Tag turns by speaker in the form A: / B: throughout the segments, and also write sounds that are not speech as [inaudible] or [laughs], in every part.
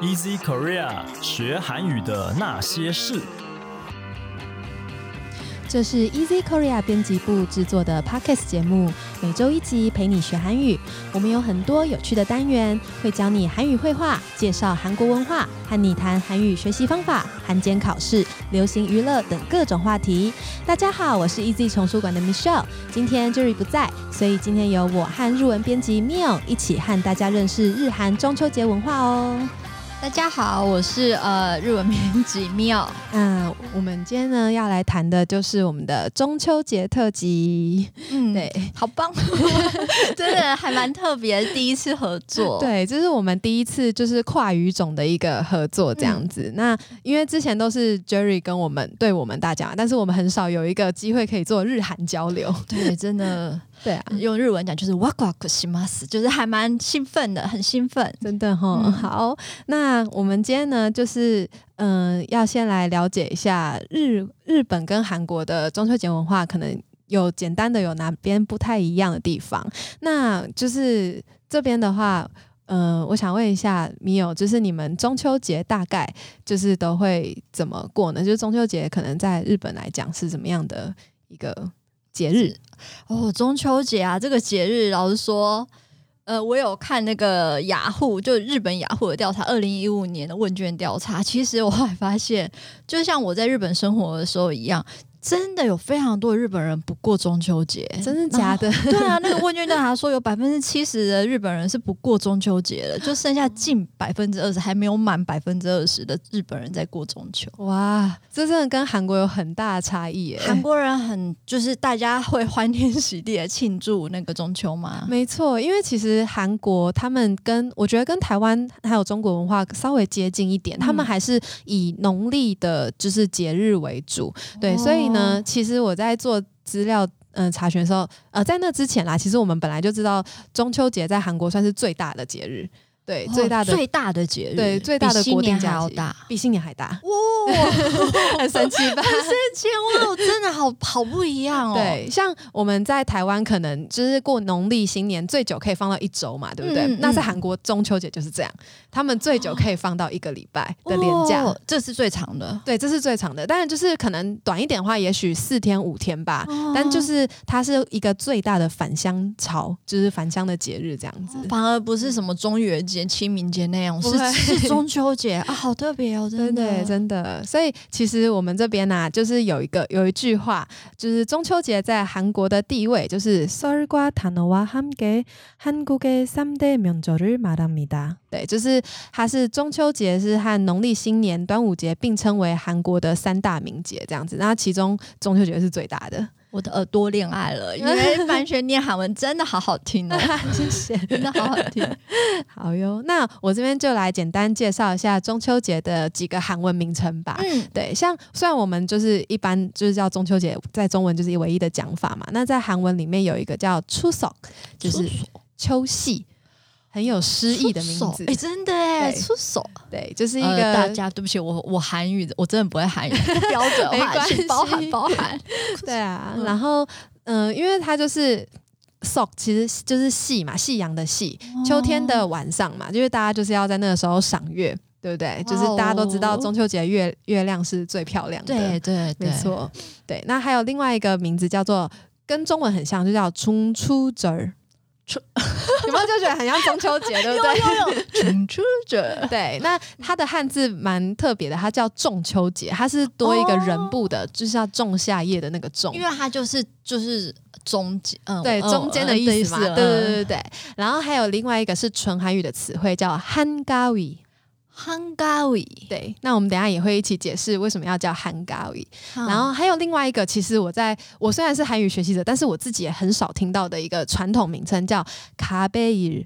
A: Easy Korea 学韩语的那些事。
B: 这是 Easy Korea 编辑部制作的 Podcast 节目，每周一集陪你学韩语。我们有很多有趣的单元，会教你韩语绘画，介绍韩国文化，和你谈韩语学习方法、韩检考试、流行娱乐等各种话题。大家好，我是 Easy 丛书馆的 Michelle，今天 Jerry 不在，所以今天由我和日文编辑 Miu 一起和大家认识日韩中秋节文化哦。
C: 大家好，我是呃日文编辑妙。
B: 嗯，我们今天呢要来谈的就是我们的中秋节特辑。
C: 嗯，
B: 对，
C: 好棒， [laughs] 真的还蛮特别，第一次合作。，
B: 对，这是我们第一次就是跨语种的一个合作这样子。那因为之前都是 Jerry 跟我们对我们大家，但是我们很少有一个机会可以做日韩交流。
C: 对，真的
B: 对啊，
C: 用日文讲就是哇呱苦西马斯，就是还蛮兴奋的，很兴奋。
B: 真的哈、
C: 嗯
B: 好，那我们今天呢，就是嗯、呃要先来了解一下日日本跟韩国的中秋节文化，可能有简单的有哪边不太一样的地方。那就是这边的话，呃，我想问一下米友，就是你们中秋节大概就是都会怎么过呢？就是中秋节可能在日本来讲是怎么样的一个节日？
C: 哦，中秋节啊，这个节日，老实说。呃，我有看那个雅虎，就日本雅虎的调查，二零一五年的问卷调查。其实我后来发现，就像我在日本生活的时候一样，真的有非常多的日本人不过中秋节，
B: 真的假的？
C: [laughs] 对啊，那个问卷调查说有百分之七十的日本人是不过中秋节的，就剩下近百分之二十还没有满百分之二十的日本人在过中秋。
B: [laughs] 哇，这真的跟韩国有很大的差异耶！
C: 韩国人很就是大家会欢天喜地的庆祝那个中秋吗？
B: 没错，因为其实韩国他们跟我觉得跟台湾还有中国文化稍微接近一点，
C: 嗯
B: 他们还是以农历的就是节日为主。对，
C: 哦
B: 所以呢，其实我在做资料。嗯、查询的时候，呃，在那之前啦，其实我们本来就知道中秋节在韩国算是最大的节日，对，
C: 哦
B: 最大的
C: 最大的节日，
B: 对最大的
C: 比新
B: 国定
C: 年还
B: 假
C: 要
B: 期
C: 大。
B: 比新年还大， [laughs]
C: 哇、哦，
B: 很神奇
C: [laughs]
B: 吧？
C: 千万我真的好好不一样哦。
B: 对，像我们在台湾可能就是过农历新年最久可以放到一周嘛，对不对？
C: 嗯嗯
B: 那在韩国中秋节就是这样，他们最久可以放到一个礼拜的连假。
C: 哦这是最长的。
B: 对，这是最长的，当然就是可能短一点的话，也许四天五天吧。
C: 哦
B: 但就是它是一个最大的返乡潮，就是返乡的节日这样子。
C: 反而不是什么中元节、清明节那样，
B: 不
C: 是
B: 会
C: 是中秋节啊，好特别哦，
B: 对
C: [laughs] 真
B: 对，
C: 的，
B: 真的。所以其实我们这边呐、就是有一个有一句话，就是中秋节在韩国的地位就是설과단어와함께한국의삼대명절을말합니다。对，就是它是中秋节是和农历新年、端午节并称为韩国的三大名节这样子。那其中中秋节是最大的。 [laughs]
C: 我的耳朵恋爱了，因为凡轩念韩文真的好好听
B: [laughs]
C: 哦，
B: 谢谢。
C: 真的好好听。
B: 嗯好哟，那我这边就来简单介绍一下中秋节的几个韩文名称吧。
C: 嗯，
B: 对，像虽然我们就是一般就是叫中秋节，在中文就是唯一的讲法嘛。那在韩文里面有一个叫추석，就是秋夕，很有诗意的名
C: 出手
B: 字
C: 哎，。真的哎，
B: 对
C: 出手。
B: 对，就是一
C: 呃
B: 个、
C: 大家对不起，我我韩语我真的不会韩语，不标准
B: [laughs] 没
C: 化
B: 关系
C: 请包含包
B: [laughs]
C: 含。
B: 对啊。
C: 嗯
B: 然后嗯、呃因为它就是。sok 其实就是夕嘛，夕阳的夕，
C: 哦
B: 秋天的晚上嘛，就是大家就是要在那个时候赏月，对不对？就是大家都知道
C: 哇哦
B: 中秋节月月亮是最漂亮的，
C: 对对对，
B: 没错，对。那还有另外一个名字叫做跟中文很像，就叫中秋节儿。
C: 出
B: [laughs] 有没有就觉得很像中秋节，对不
C: [laughs] 有
B: 对？
C: 有有，请出
B: [laughs]
C: 者
B: 对，那它的汉字蛮特别的，它叫仲秋节，它是多一个人部的，就是要仲夏夜的那个仲
C: 哦因。为它就是就是中间，嗯，
B: 对，
C: 嗯
B: 中间的
C: 嗯
B: 意思嘛，对
C: 嗯
B: 对对对对。然后还有另外一个是纯韩语的词汇叫汉嘎语，
C: Hungary，
B: 对。那我们等一下也会一起解释为什么要叫汉嘎语。然
C: 然
B: 后还有另外一个，其实我在我虽然是韩语学习者，但是我自己也很少听到的一个传统名称叫卡贝尔，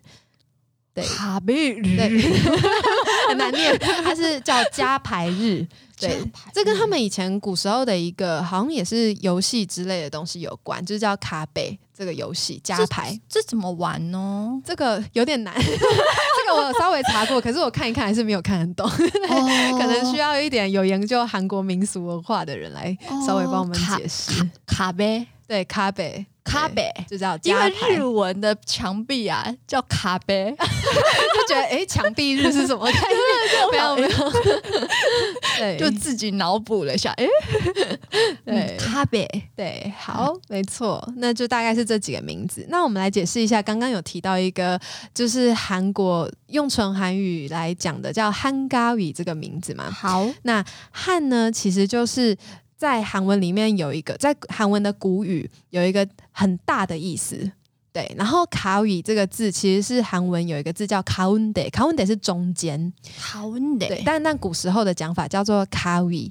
B: 对
C: 卡贝尔，
B: 对， [laughs] 很难念，它是叫加牌 [laughs] 日。对，这跟他们以前古时候的一个好像也是游戏之类的东西有关，就是叫卡贝这个游戏加牌。？
C: 这怎么玩
B: [laughs]
C: 呢
B: 这个有点难，这个我有稍微查过，可是我看一看还是没有看很懂，
C: 哦
B: 可能需要一点有研究韩国民俗文化的人来稍微帮我们
C: 哦卡
B: 解释。
C: 卡贝
B: 对，卡贝
C: 卡北。
B: 就叫
C: 因
B: 家
C: 为
B: 排
C: 日文的墙壁啊叫卡北，
B: [laughs] 就觉得哎，诶墙壁日是什么概
C: [laughs]
B: 念？
C: 没有没有，
B: [laughs] 对，
C: 啊就自己脑补了一下，哎，
B: 对
C: 嗯卡北，
B: 对，好，没错，那就大概是这几个名字。那我们来解释一下，刚刚有提到一个，就是韩国用纯韩语来讲的，叫汉嘎语这个名字嘛。
C: 好，
B: 那汉呢，其实就是在韩文里面有一个，在韩文的古语有一个很大的意思。对，然后卡语这个字其实是韩文有一个字叫卡文德，卡文德是中间，
C: 好的，
B: 对，但但古时候的讲法叫做卡语。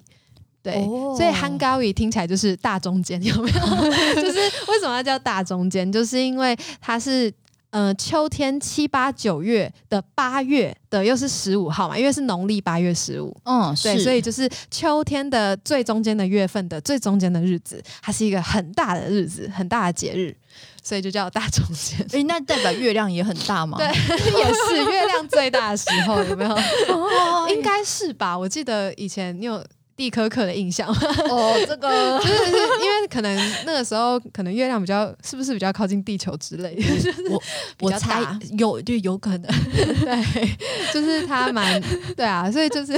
B: 对，
C: 哦
B: 所以汉高语听起来就是大中间，有没有？ [laughs] 就是为什么要叫大中间？就是因为它是呃秋天七八九月的八月的又是十五号嘛，因为是农历八月十五，
C: 嗯，
B: 对，
C: 是
B: 所以就是秋天的最中间的月份的最中间的日子，它是一个很大的日子，很大的节日，所以就叫大中
C: [laughs]
B: 间。
C: 诶，那代表月亮也很大吗？
B: 对， [laughs] 也是月亮最大的时候，有没有？
C: [laughs] 哦
B: 应该是吧？我记得以前你有地科课的印象吗？
C: 哦，这
B: [laughs]
C: 个
B: 就是因为可能那个时候，可能月亮比较是不是比较靠近地球之类的，比
C: 我
B: 较
C: 猜
B: 大
C: 有就有可能，
B: [laughs] 对，就是它蛮对啊，所以就是 [laughs] 就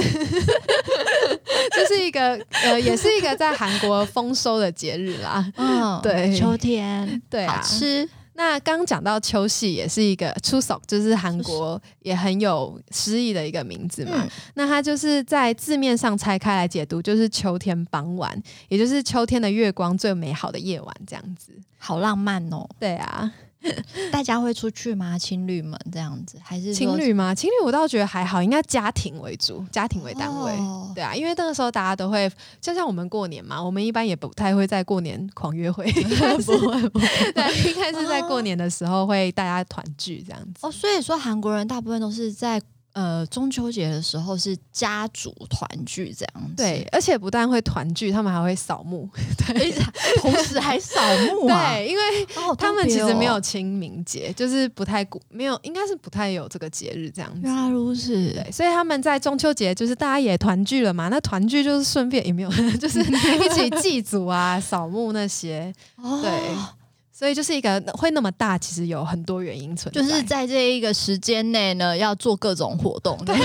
B: 是一个呃，也是一个在韩国丰收的节日啦，
C: 嗯，
B: 对
C: 秋天
B: 对啊
C: 好。吃，
B: 那刚讲到秋夕，也是一个出手，就是韩国也很有诗意的一个名字嘛。
C: 嗯
B: 那它就是在字面上拆开来解读，就是秋天傍晚，也就是秋天的月光最美好的夜晚这样子。
C: 好浪漫哦。
B: 对啊，
C: 大家会出去吗？情侣们这样子，还是说
B: 情侣吗？情侣我倒觉得还好，应该家庭为主，家庭为单位。
C: 哦
B: 对啊，因为那个时候大家都会，就像我们过年嘛，我们一般也不太会在过年狂约会， [laughs] 应该是
C: [laughs] 不会不会
B: 对，应该是在过年的时候会大家团聚这样子。
C: 哦，所以说韩国人大部分都是在呃中秋节的时候是家族团聚这样子，
B: 对，，而且不但会团聚，他们还会扫墓。
C: [laughs] 哎同时还扫墓啊，
B: 对，因为
C: 哦，好特别哦
B: 他们其实没有。清明节，就是不太古，没有，应该是不太有这个节日这样子
C: 原。来如此，
B: 对，所以他们在中秋节就是大家也团聚了嘛，那团聚就是顺便也没有，就是一起祭祖啊、扫墓那些，
C: 哦
B: 对所以就是一个会那么大，其实有很多原因存在，
C: 就是在这一个时间内呢，要做各种活动，对，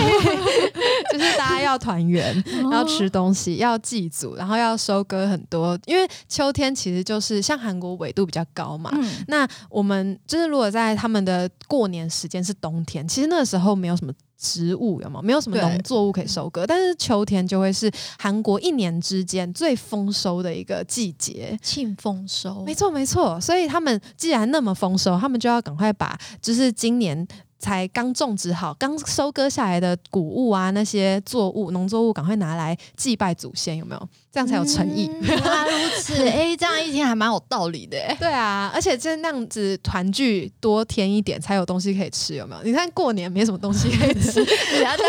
B: [laughs] 就是大家要团圆，
C: 然
B: 要吃东西，要祭祖，然后要收割很多，因为秋天其实就是像韩国纬度比较高嘛。
C: 嗯，
B: 那我们就是如果在他们的过年时间是冬天，其实那个时候没有什么植物，有吗？没有什么
C: 对
B: 农作物可以收割，但是秋天就会是韩国一年之间最丰收的一个季节。
C: 庆丰收，
B: 没错，没错。所以他们既然那么丰收，他们就要赶快把就是今年才刚种植好、刚收割下来的谷物啊，那些作物、农作物，赶快拿来祭拜祖先，有没有？这样才有诚意。
C: 嗯原来如 [laughs] 此，哎，这样一听还蛮有道理的， [laughs] 哎
B: 对啊，而且这那样子团聚多添一点，才有东西可以吃，有没有？你看过年没什么东西可以
C: [laughs]
B: 吃，
C: 人家在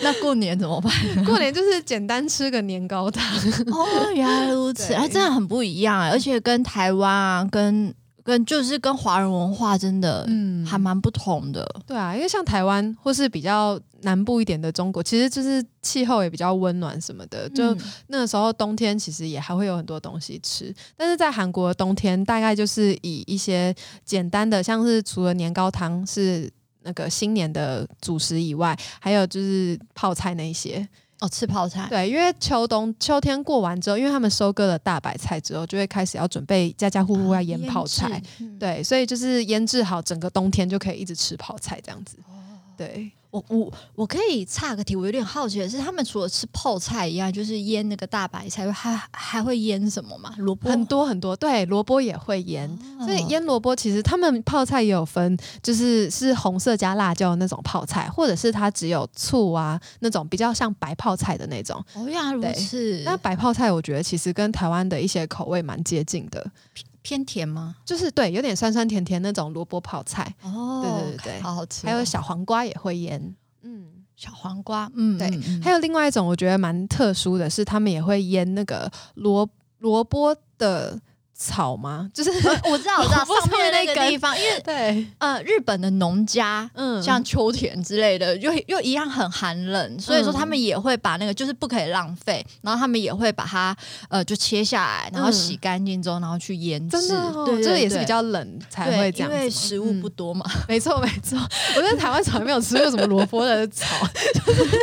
C: 那过年怎么办？
B: 过年就是简单吃个年糕汤。
C: 哦，原来如此，
B: 对
C: 哎，真的很不一样哎，而且跟台湾啊，跟跟就是跟华人文化真的
B: 嗯
C: 还蛮不同的。
B: 对啊，因为像台湾或是比较南部一点的中国，其实就是气候也比较温暖什么的，就
C: 嗯
B: 那个时候冬天其实也还会有很多东西吃，但是在韩国的冬天大概就是以一些简单的，像是除了年糕汤是那个新年的主食以外，还有就是泡菜那一些。
C: 哦，吃泡菜，
B: 对，因为秋冬秋天过完之后，因为他们收割了大白菜之后，就会开始要准备家家户
C: 啊
B: 户要腌泡菜。
C: 腌制。嗯，
B: 对，所以就是腌制好，整个冬天就可以一直吃泡菜这样子。对，
C: 我我我可以岔个题，我有点好奇的是，他们除了吃泡菜一样，就是腌那个大白菜，还还会腌什么吗？萝卜
B: 很多很多，对，萝卜也会腌。
C: 哦
B: 所以腌萝卜其实他们泡菜也有分，就是是红色加辣椒的那种泡菜，或者是它只有醋啊那种比较像白泡菜的那种。
C: 哦，原来如
B: 对
C: 此。
B: 那白泡菜我觉得其实跟台湾的一些口味蛮接近的，
C: 偏甜吗？
B: 就是对，有点酸酸甜甜那种萝卜泡菜，
C: 哦，
B: 对对对对
C: 好好吃哦。
B: 还有小黄瓜也会腌。嗯，
C: 小黄瓜，嗯，
B: 对
C: 嗯，嗯
B: 还有另外一种我觉得蛮特殊的是，他们也会腌那个萝萝卜的。草吗？就是
C: 我知道， [laughs] 我知道
B: 我不
C: 上
B: 上面
C: 面那
B: 那
C: 个
B: 根
C: 地方，因为
B: [laughs] 对，
C: 呃，日本的农家。
B: 嗯，
C: 像秋田之类的，又又一样很寒冷，所以说他们也会把那个就是不可以浪费，然后他们也会把它呃就切下来，然后
B: 嗯
C: 洗干净之后，然后去腌制。
B: 真的、哦，
C: 对对
B: 这个也是
C: 对
B: 比较冷才
C: 对
B: 会这样
C: 因为
B: 子嘛
C: 食物不多嘛，
B: 没错没错， [laughs] 我在台湾从来没有吃过什么萝卜的 [laughs] 草，就是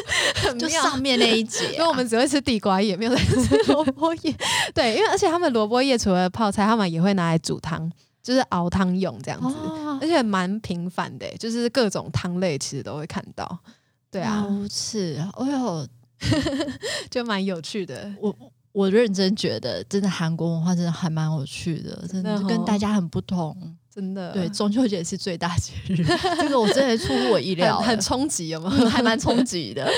B: 很
C: 就
B: 妙。
C: 上面那一节、
B: 因为我们只会吃地瓜叶，没有在 [laughs] 吃萝卜叶。对，因为而且他们萝卜叶除了泡菜，他们也会拿来煮汤，就是熬汤用这样子，
C: 哦
B: 而且蛮频繁的，就是各种汤类其实都会看到。对啊，
C: 如此，哎呦，
B: 就蛮有趣的。
C: 我我认真觉得，真的韩国文化真的还蛮有趣的，
B: 真
C: 真的
B: 的哦嗯
C: 跟大家很不同。
B: 真的，
C: 对，中秋节是最大节 [laughs] 日，这个我真的出乎我意料
B: 很
C: 的，
B: 很冲击，有没有？ [laughs]
C: 嗯还蛮冲击的。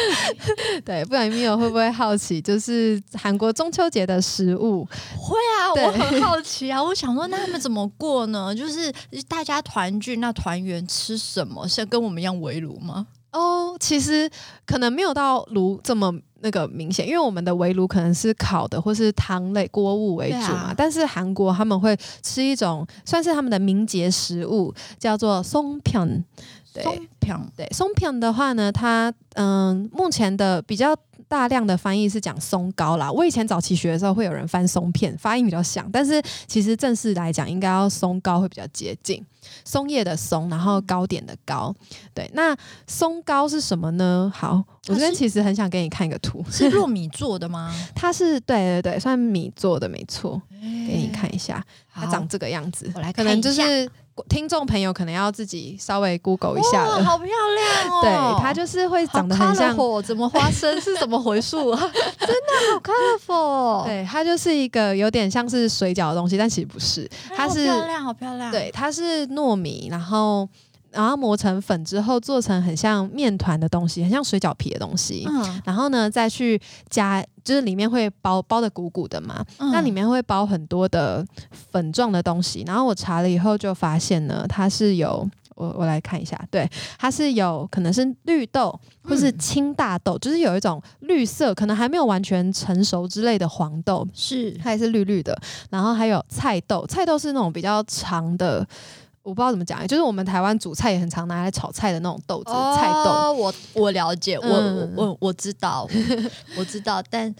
B: 对，不然米友会不会好奇，就是韩国中秋节的食物？
C: [laughs] 会啊，
B: 对
C: 我很好奇啊，我想说，那他们怎么过呢？就是大家团聚，那团圆吃什么？像跟我们一样围炉吗？
B: 哦，其实可能没有到炉这么那个明显，因为我们的围炉可能是烤的或是汤类锅物为主
C: 对
B: 嘛。
C: 啊
B: 但是韩国他们会吃一种算是他们的名节食物，叫做松片。对
C: 松 [laughs] 平
B: 对，松片的话呢，它嗯，目前的比较大量的翻译是讲松糕啦。我以前早期学的时候会有人翻松片，发音比较像，但是其实正式来讲，应该要松糕会比较接近。松叶的松，然后糕点的糕。对，那松糕是什么呢？好，我这边
C: 它是
B: 其实很想给你看一个图，
C: 是糯米做的吗？
B: 它是对对对，算米做的没错，给
C: 给
B: 你，看一下，它长这个样子。
C: 哎我来
B: 可
C: 看
B: 能
C: 一
B: 就是听众朋友可能要自己稍微 Google 一下
C: 哇，
B: 了。
C: 好漂亮哦！
B: 对，它就是会长得很像，
C: 火，哦怎么花生是怎么回数啊？
B: [laughs]
C: 真的好 [laughs] colorful，，
B: 对，它就是一个有点像是水饺的东西，但其实不是，它是
C: 哎好漂亮，好漂亮，，
B: 对，它是糯米，然后然后磨成粉之后做成很像面团的东西，很像水饺皮的东西。
C: 嗯，
B: 然后呢，再去加，就是里面会包包的鼓鼓的嘛，
C: 嗯
B: 那里面会包很多的粉状的东西。然后我查了以后就发现呢，它是有我我来看一下，对，它是有可能是绿豆或是
C: 嗯
B: 青大豆，就是有一种绿色，可能还没有完全成熟之类的黄豆，
C: 是
B: 它也是绿绿的，然后还有菜豆，菜豆是那种比较长的，我不知道怎么讲，欸就是我们台湾煮菜也很常拿来炒菜的那种豆子，菜豆
C: 哦我我了解，我
B: 嗯
C: 我我我知
B: [laughs]
C: 道，我知道，但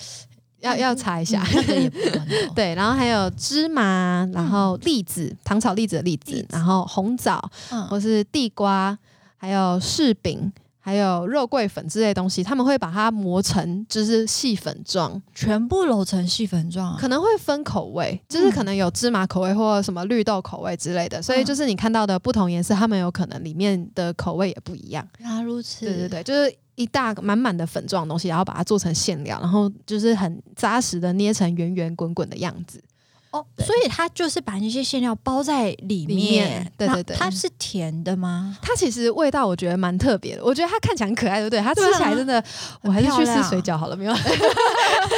B: 要要查一下。
C: 嗯那个也不能
B: [laughs]
C: 哦
B: 对，然后还有芝麻，然后栗子，糖炒栗子的栗子，
C: 栗子
B: 然后红枣
C: 嗯
B: 或是地瓜，还有柿饼，还有肉桂粉之类的东西，他们会把它磨成就是细粉状，
C: 全部揉成细粉状啊，
B: 可能会分口味，就是可能有芝麻口味或什么绿豆口味之类的，所以就是你看到的不同颜色，它们有可能里面的口味也不一样。
C: 原来如此，
B: 对对，对，就是一大满满的粉状的东西，然后把它做成馅料，然后就是很扎实的捏成圆圆滚滚的样子。
C: 哦，所以它就是把那些馅料包在里
B: 里面对
C: 那
B: 对对
C: 它是甜的吗？
B: 它其实味道我觉得蛮特别的，我觉得它看起来很可爱，对不对？它吃起来真的， [laughs] 我还是去
C: 很漂
B: 吃
C: 亮
B: 水饺好了，没有啦， [laughs] 就是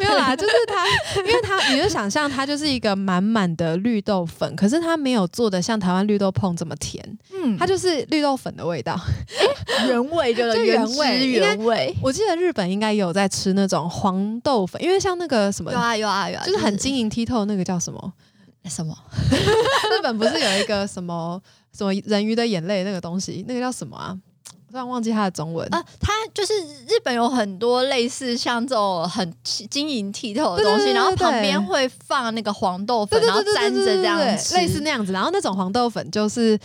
B: 没有 [laughs] 啦，就是它，因为它你就想象它就是一个满满的绿豆粉，可是它没有做的像台湾绿豆椪这么甜，
C: 嗯
B: 它就是绿豆粉的味道。
C: 原味就
B: [laughs] 就原
C: 原
B: 味
C: 汁
B: 应该
C: 原味，
B: 我记得日本应该有在吃那种黄豆粉，因为像那个什么
C: 有。啊有啊有啊，
B: 就是很晶莹剔透，那个叫什么？
C: 什么？
B: 日本不是有一个什么什么人鱼的眼泪那个东西，那个叫什么啊？我突然忘记它的中文。
C: 啊，它就是日本有很多类似像这种很晶莹剔透的
B: 对对
C: 东西，
B: 对
C: 然后
B: 对
C: 旁
B: 对
C: 边会放那个黄豆
B: 对
C: 粉，
B: 对
C: 然后
B: 对对对
C: 沾着
B: 对
C: 这样
B: 对对
C: 吃，
B: 类似那样子。然后那种黄豆粉就是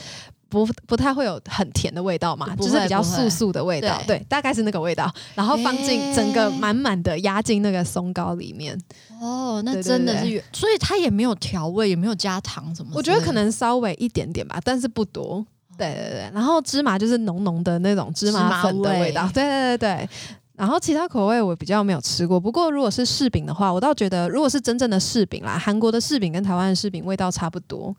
B: 不不太会有很甜的味道嘛，
C: 不
B: 就
C: 会
B: 是比较素素的味道，
C: 不会
B: 对，大概是那个味道。然后放进
C: 诶
B: 整个满满的压进那个松糕里面，
C: 哦，那
B: 对对
C: 真的
B: 对
C: 是原，所以它也没有调味，也没有加糖什么之类的。
B: 我觉得可能稍微一点点吧，但是不多。对对对，然后芝麻就是浓浓的那种芝麻粉的味道，
C: 芝麻味
B: 对对对对。然后其他口味我比较没有吃过，不过如果是柿饼的话，我倒觉得如果是真正的柿饼啦，韩国的柿饼跟台湾的柿饼味道差不多。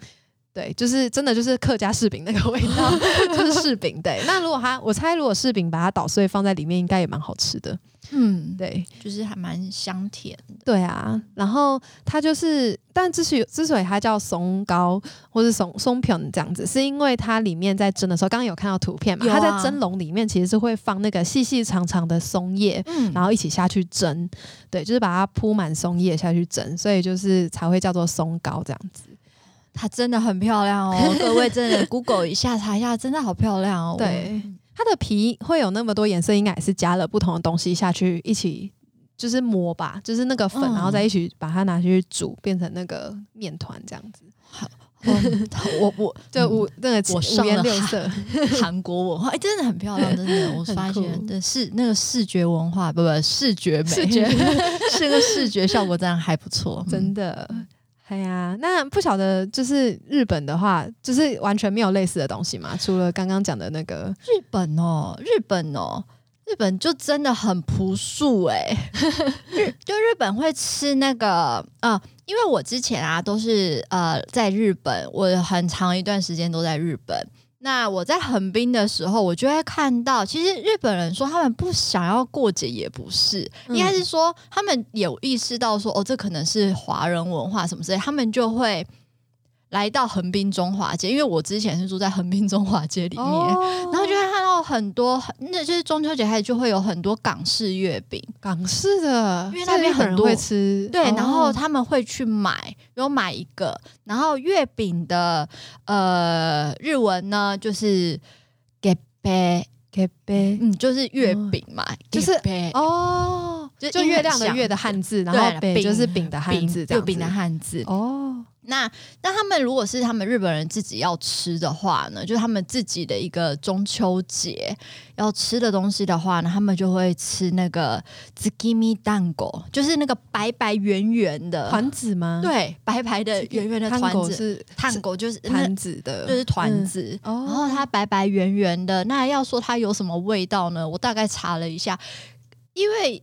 B: 对，就是真的就是客家柿饼那个味 [laughs] 道，就是柿饼。对，那如果它，我猜如果柿饼把它捣碎放在里面，应该也蛮好吃的。
C: 嗯，
B: 对，
C: 就是还蛮香甜。
B: 对啊。然后它就是，但之所以之所以它叫松糕或是松松瓢这样子，是因为它里面在蒸的时候，刚刚有看到图片嘛，
C: 有啊
B: 它在蒸笼里面其实是会放那个细细长长的松叶，
C: 嗯
B: 然后一起下去蒸，对，就是把它铺满松叶下去蒸，所以就是才会叫做松糕这样子。
C: 它真的很漂
B: [laughs]
C: 亮哦，各位真的 Google 一下查一下，真的好漂亮哦。
B: 对，它的皮会有那么多颜色，应该也是加了不同的东西下去一起。就是磨吧，就是那个粉，
C: 嗯
B: 然后再一起把它拿去煮，变成那个面团这样子。
C: 我，我我
B: [laughs] 就
C: 嗯
B: 五、那个
C: 我
B: 五
C: 上
B: 颜
C: 了
B: 六
C: 海
B: [laughs] 色，
C: 韩国文化，哎、真的很漂亮，真的，我
B: 很
C: 发
B: 酷
C: 现的是那个视觉文化，不不，视觉美，
B: 视觉
C: [laughs] 是个视觉效果，真的还不
B: [laughs]
C: 错，嗯
B: 真
C: 的。
B: 的。哎呀，那不晓得就是日本的话，就是完全没有类似的东西嘛，除了刚刚讲的那个，
C: 日本哦，日本哦，日本就真的很朴素哎、日就日本会吃那个呃，因为我之前啊都是呃在日本，我很长一段时间都在日本。那我在横滨的时候，我就会看到，其实日本人说他们不想要过节，也不是，
B: 嗯
C: 应该是说他们有意识到说，哦，这可能是华人文化什么之类，他们就会来到横滨中华街，因为我之前是住在横滨中华街里面，
B: 哦
C: 然后就会看到很多，那就是中秋节开始就会有很多港式月饼，
B: 港式的，
C: 因为
B: 所
C: 那
B: 以
C: 边
B: 日本
C: 很
B: 人
C: 多
B: 会吃，
C: 对，
B: 哦
C: 然后他们会去买，有买一个，然后月饼的呃日文呢就是 g e b e
B: 给杯
C: 嗯，就是月饼嘛，
B: 就是
C: 哦，
B: 哦，
C: 就
B: 就
C: 音
B: 月
C: 很
B: 亮的
C: 像
B: 月的汉字，然
C: 对
B: 后
C: 了
B: 北就是
C: 饼
B: 饼的汉字，这
C: 月
B: 样
C: 饼的
B: 子
C: 汉字。
B: 哦，
C: 那那他们如果是他们日本人自己要吃的话呢，就是他们自己的一个中秋节要吃的东西的话呢，他们就会吃那个 zukimi 蛋糕，就是那个白白圆圆的
B: 团子吗？，
C: 对，白白的圆圆的团子，
B: 是
C: 探狗就是那
B: 团子的，
C: 就是团子。
B: 嗯
C: 然后
B: 哦，
C: 它白白圆圆的，那要说它有什么味道呢？我大概查了一下，因为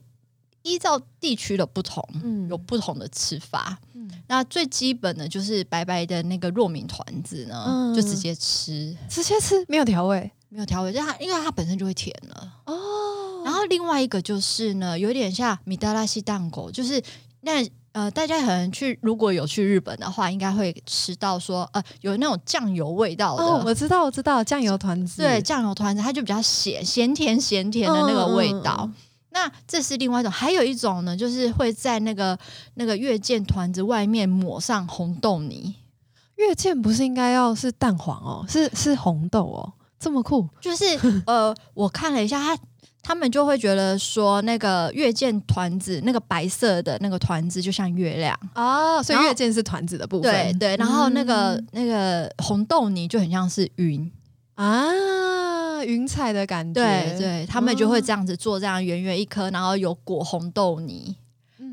C: 依照地区的不同，
B: 嗯
C: 有不同的吃法。
B: 嗯
C: 那最基本的就是白白的那个糯米团子呢，
B: 嗯
C: 就直接吃，
B: 直接吃没有调味
C: 没有调味，就它因为它本身就会甜了。
B: 哦
C: 然后另外一个就是呢，有点像米达拉西蛋糕，就是那。呃，大家可能去如果有去日本的话，应该会吃到说，呃，有那种酱油味道的，
B: 哦，我知道我知道酱油团子，
C: 对，酱油团子，它就比较咸，咸甜咸甜的那个味道。
B: 嗯
C: 那这是另外一种，还有一种呢，就是会在那个那个月见团子外面抹上红豆泥，
B: 月见不是应该要是蛋黄哦，是是红豆哦，这么酷
C: 就是
B: [laughs]
C: 呃，我看了一下，他他们就会觉得说，那个月见团子，那个白色的那个团子就像月亮，
B: 哦，所以
C: 然后
B: 月见是团子的部
C: 对
B: 分，嗯
C: 对，然后那个、那个红豆泥就很像是云，
B: 啊，云彩的感觉，
C: 对对，他们就会
B: 哦
C: 这样子做，这样圆圆一颗，然后有裹红豆泥。
B: 嗯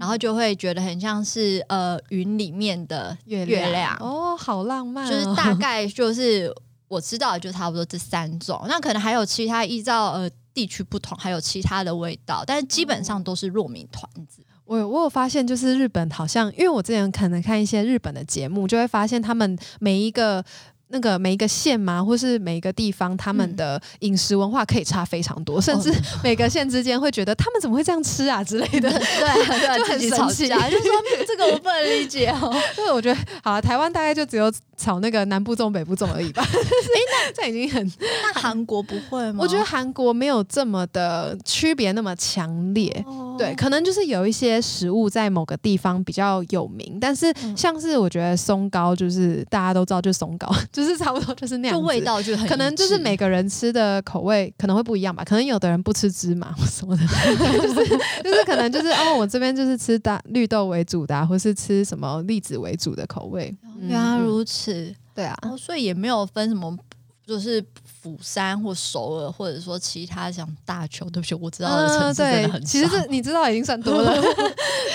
C: 然后就会觉得很像是呃云里面的
B: 月
C: 亮
B: 哦，好浪漫、哦，
C: [laughs] 就是大概就是我知道的就差不多这三种，那可能还有其他依照呃地区不同，还有其他的味道，但是基本上都是糯米团子。
B: 我有我有发现，就是日本好像，因为我之前可能看一些日本的节目，就会发现他们每一个。那个每一个县嘛，或是每一个地方，他们
C: 嗯
B: 的饮食文化可以差非常多，甚至每个县之间会觉得他们怎么会这样吃啊之类
C: [laughs]
B: 的。
C: [laughs] 对，对啊
B: 就很
C: 自己
B: 神
C: 吵
B: 奇
C: 架，就 [laughs] 说嗯这个我不能理解哦。
B: 所以我觉得，好了，台湾大概就只有炒那个南部粽、北部粽而已吧。哎、那这样已经很
C: [laughs] 那韩国不会吗？
B: 我觉得韩国没有这么的区别那么强烈。
C: 哦
B: 对，可能就是有一些食物在某个地方比较有名，但是
C: 嗯
B: 像是我觉得松糕，就是大家都知道，就是松糕， [laughs] 就是差不多就是那样
C: 就
B: 子
C: 味。道就很
B: 可能就是
C: 一致
B: 每个人吃的口味可能会不一样吧，可能有的人不吃芝麻或什么的， [laughs] 对就是就是可能就是哦，我这边就是吃大绿豆为主的、啊，或是吃什么栗子为主的口味。嗯
C: 原来
B: 嗯
C: 如此，
B: 对啊，
C: 哦，所以也没有分什么，就是釜山或首尔，或者说其他像大邱，对不起，我知道的城市真的
B: 嗯对，
C: 很少。
B: 其实这你知道已经算多
C: [laughs]
B: 了，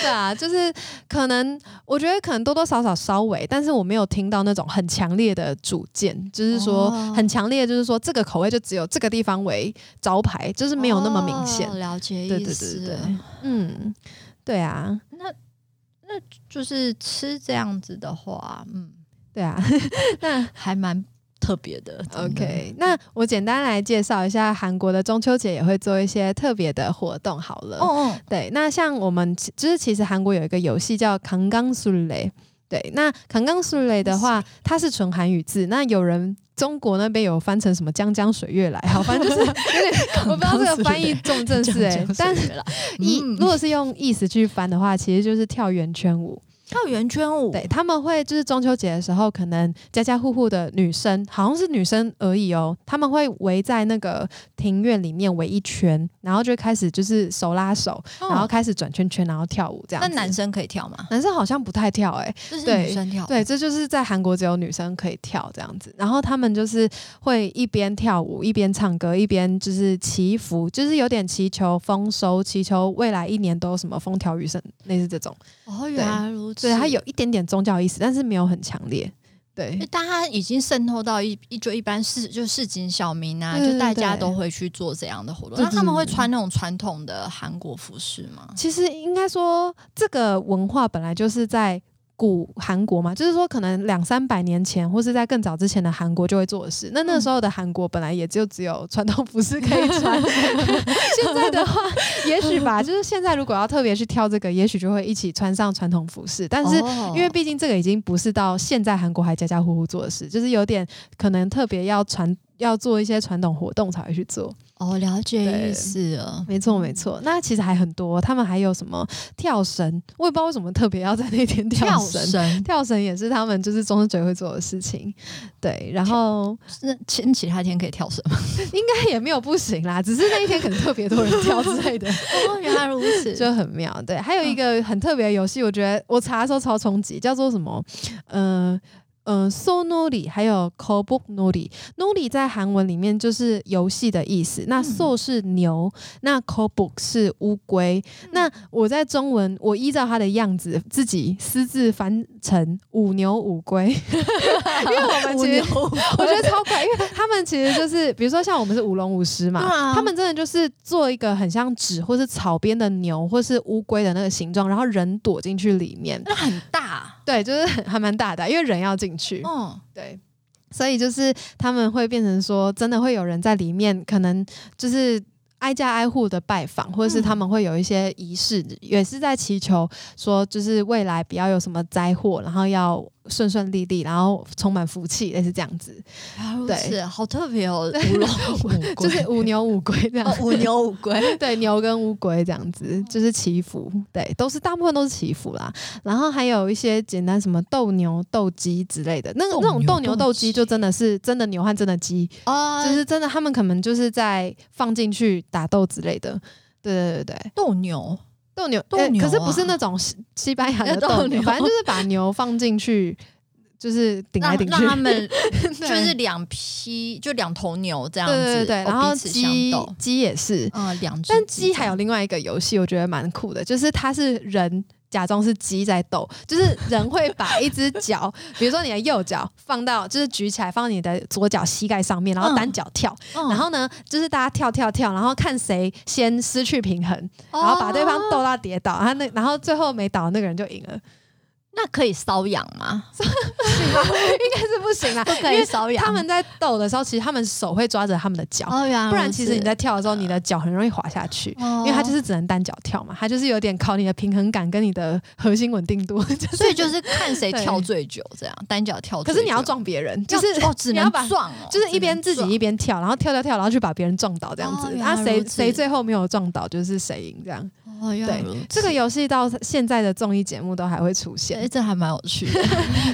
B: 对啊，就是可能我觉得可能多多少少稍微，但是我没有听到那种很强烈的主见，就是说
C: 哦
B: 很强烈，就是说这个口味就只有这个地方为招牌，就是没有那么明显。
C: 哦了解
B: 对
C: 意
B: 对
C: 思
B: 对
C: 了。
B: 对，嗯，对啊，
C: 就是吃这样子的话，嗯，
B: 对
C: [laughs]
B: 啊，那
C: 还蛮特别的。真的
B: OK，那我简单来介绍一下韩国的中秋节也会做一些特别的活动好了。
C: 哦哦，
B: 对，那像我们其就是其实韩国有一个游戏叫《강강술래》，对，那《강강술래》的话，它是纯韩语字。那有人中国那边有翻成什么“江江水月来”，好，反正就是 [laughs] 有点，我不知道这个翻译重不正式哎、但是
C: 了
B: 意、
C: 嗯
B: 如果是用意思去翻的话，其实就是跳圆圈舞。
C: 跳圆圈舞，
B: 对，他们会就是中秋节的时候，可能家家户户的女生，好像是女生而已哦，他们会围在那个庭院里面围一圈，然后就开始就是手拉手，
C: 哦，
B: 然后开始转圈圈，然后跳舞这样
C: 那
B: 子。
C: 男生可以跳吗？
B: 男生好像不太跳哎、
C: 这是
B: 对
C: 女生跳，
B: 对，这就是在韩国只有女生可以跳这样子，然后他们就是会一边跳舞一边唱歌，一边就是祈福，就是有点祈求丰收，祈求未来一年都有什么风调雨顺，类似这种。
C: 哦，原来如此，
B: 所以它有一点点宗教意思，但是没有很强烈。
C: 因为
B: 对，
C: 大家已经渗透到一一就一般市就市井小民啊，
B: 对
C: 就大家
B: 对
C: 都会去做这样的活动。
B: 对
C: 那他们
B: 对
C: 会
B: 对
C: 穿那种传统的韩国服饰吗？
B: 其实应该说这个文化本来就是在。古韩国嘛，就是说可能两三百年前，或是在更早之前的韩国就会做的事。那那时候的韩国本来也就只有传统服饰可以穿，现在的话，也许吧，就是现在如果要特别去挑这个，也许就会一起穿上传统服饰。但是
C: 哦
B: 因为毕竟这个已经不是到现在韩国还家家户户做的事，就是有点可能特别要传要做一些传统活动才会去做。
C: 哦，了解
B: 对
C: 意思了。
B: 没错，没错。那其实还很多，他们还有什么跳绳，我也不知道为什么特别要在那天跳
C: 跳
B: 绳。
C: 绳
B: 跳绳也是他们就是中秋节会做的事情，对，然后
C: 那其其他天可以跳绳吗？
B: [laughs] 应该也没有不行啦，只是那一天可能特别多人跳之类的，
C: 哦，原来如此。
B: 就很妙。对，还有一个很特别的游戏，我觉得我查的时候超冲击，叫做什么？呃。嗯 s o n o r i 还有 kobok nori nori 在韩文里面就是游戏的意思。那
C: 嗯
B: so 是牛，那 kobok 是乌龟。那我在中文，我依照它的样子自己私自翻成五牛五龟，因为我们
C: [laughs] 五
B: 其实
C: 牛五龟
B: [laughs] 我觉得超怪，因为他们其实就是，比如说像我们是舞龙舞狮嘛，
C: 对啊
B: 他们真的就是做一个很像纸或是草编的牛或是乌龟的那个形状，然后人躲进去里
C: [laughs]
B: 面，
C: 那很
B: [laughs]
C: 大，
B: 对，就是很还蛮大的，因为人要进去，
C: 嗯，
B: 对。所以就是他们会变成说，真的会有人在里面，可能就是挨家挨户的拜访，或者是
C: 嗯
B: 他们会有一些仪式，也是在祈求说，就是未来不要有什么灾祸，然后要顺顺利利，然后充满福气，类似这样子。
C: 原来如
B: 对
C: 此，好特别哦，
B: [laughs]
C: 舞龙舞龟，
B: 就是五牛五龟这样。
C: 哦五牛五龟。
B: 对，牛跟乌龟这样子，就是祈福，对，都是大部分都是祈福啦。然后还有一些简单什么斗牛、斗鸡之类的，那个
A: 斗
B: 那种
A: 牛
B: 斗牛、
A: 斗
B: 斗鸡就真的是真的牛和真的鸡，
C: [laughs] 哦，
B: 就是真的他们可能就是在放进去打斗之类的。对对对对对，
C: 斗牛，
B: 斗牛，
C: 斗
B: 呃
C: 牛
B: 可是不
C: 啊
B: 是那种西西班牙
C: 要
B: 的
C: [laughs] 斗
B: 斗牛，
C: 牛
B: 反正就是把牛放进去，就是顶
C: 让
B: 来顶去
C: 让，他
B: [laughs]
C: 们就
B: 对
C: 是两匹，就两头牛这样
B: 对
C: 子，
B: 对对对，然
C: 哦
B: 后
C: 彼此相
B: 鸡
C: 斗
B: 鸡也是，
C: 嗯，两只。
B: 但鸡还有，另外一个游戏，我觉得蛮酷的，就是它是人假装是鸡在斗，就是人会把一只脚，比如说你的右脚放到，就是举起来放你的左脚膝盖上面，然后
C: 嗯
B: 单脚跳，
C: 嗯
B: 然后呢，就是大家跳跳跳，然后看谁先失去平衡，然后把对方
C: 哦
B: 斗到跌倒，然后那然后最后没倒的那个人就赢了， [laughs]
C: 那可以瘙痒吗？
B: 是吧？应该是不行啦，
C: 不可
B: 因
C: 以
B: 为
C: 瘙痒。
B: 他们在斗的时候，其实他们手会抓着他们的脚，
C: 哦，原来哦
B: 不然其实你
C: 在，
B: 在跳的时候，你的脚很容易滑下去。
C: 因
B: 因为它就，是只能单脚跳嘛，它就是有点靠你的平衡感跟你的核心稳定
C: 哦
B: 度，就是
C: 所以就是看谁
B: 对
C: 跳最久，这样单脚跳最
B: 可
C: 久。
B: 是你要撞别人，就是
C: 要哦，只
B: 你要
C: 能
B: 把
C: 撞哦，
B: 就是
C: 只
B: 一边
C: 能
B: 自己
C: 撞
B: 一边跳，然后跳跳跳，然后去把别人撞倒这样
C: 哦
B: 子，
C: 原
B: 然后
C: 来
B: 谁
C: 如此
B: 谁最后没有撞倒就是谁赢这样。
C: 哦，原来
B: 对
C: 如此
B: 这个游戏到现在的综艺节目都还会出
C: 哎，
B: 现，
C: 这还蛮有
B: [laughs]
C: 趣的。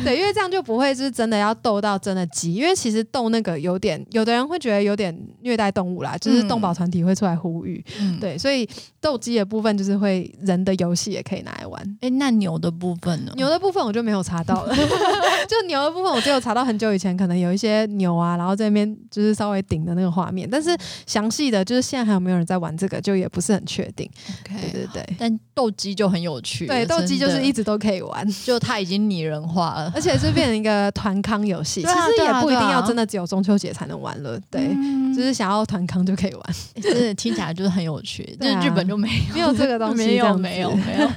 B: 对，因为这样就不会就是真的要斗到真的鸡，因为其实斗那个有点，有的人会觉得有点虐待动物啦，就是
C: 嗯
B: 动保团体会出来呼吁，
C: 嗯，
B: 对，所以斗鸡的部分就是会人的游戏也可以拿来玩。
C: 哎，那牛的部分呢？
B: 牛的部分我就没有查到
C: [laughs]
B: 了， [laughs] 就牛的部分我只有查到很久以前可能有一些牛啊，然后这边就是稍微顶的那个画面，但
C: 嗯
B: 是详细的就是现在还有没有人在玩这个，就也不是很确定。对
C: OK，
B: 对对。
C: 但斗鸡就很有趣了，
B: 对，斗鸡就是
C: 真的
B: 一直都可以
C: [laughs]
B: 玩，
C: 就它已经拟人
B: [laughs]
C: 化了。
B: 而且就变成一个团康游戏。
C: [laughs] 对啊
B: 其实
C: 对
B: 也
C: 啊
B: 不一定
C: 对啊
B: 要真的只有中秋节才能玩了，对，
C: 嗯
B: 就是想要团康就可以
C: [laughs]
B: 玩，
C: 真的听起来就是很有趣，
B: 对
C: 但
B: 啊
C: 是日本就没有
B: 没有这个东西
C: 没
B: [laughs] 这样
C: 有
B: 子
C: 没有没有。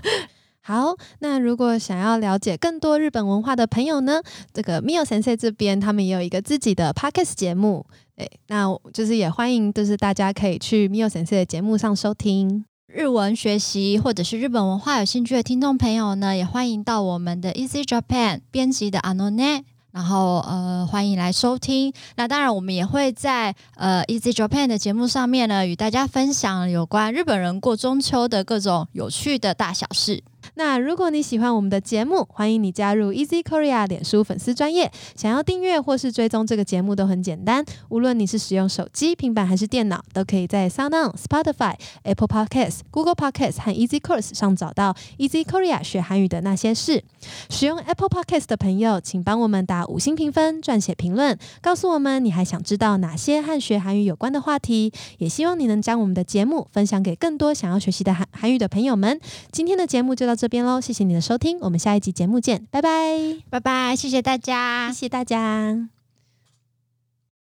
B: 好，那如果想要了解更多日本文化的朋友呢，这个 Mio Sensei 这边他们也有一个自己的 podcast 节目，哎，那我就是也欢迎，就是大家可以去 Mio Sensei 的节目上收听。
C: 日文学习或者是日本文化有兴趣的听众朋友呢，也欢迎到我们的 Easy Japan 编辑的 Anone，然后呃欢迎来收听。那当然，我们也会在呃 Easy Japan 的节目上面呢，与大家分享有关日本人过中秋的各种有趣的大小事。
B: 那如果你喜欢我们的节目，欢迎你加入 Easy Korea 脸书粉丝专业。想要订阅或是追踪这个节目都很简单，无论你是使用手机、平板还是电脑，都可以在 Sound On、Spotify、Apple Podcasts、Google Podcasts 和 Easy Course 上找到 Easy Korea 学韩语的那些事。使用 Apple Podcasts 的朋友，请帮我们打五星评分、撰写评论，告诉我们你还想知道哪些和学韩语有关的话题。也希望你能将我们的节目分享给更多想要学习的韩韩语的朋友们。今天的节目就到这边喽，谢谢你的收听，我们下一集节目见，拜拜，
C: 拜拜，谢谢大家，
B: 谢谢大家。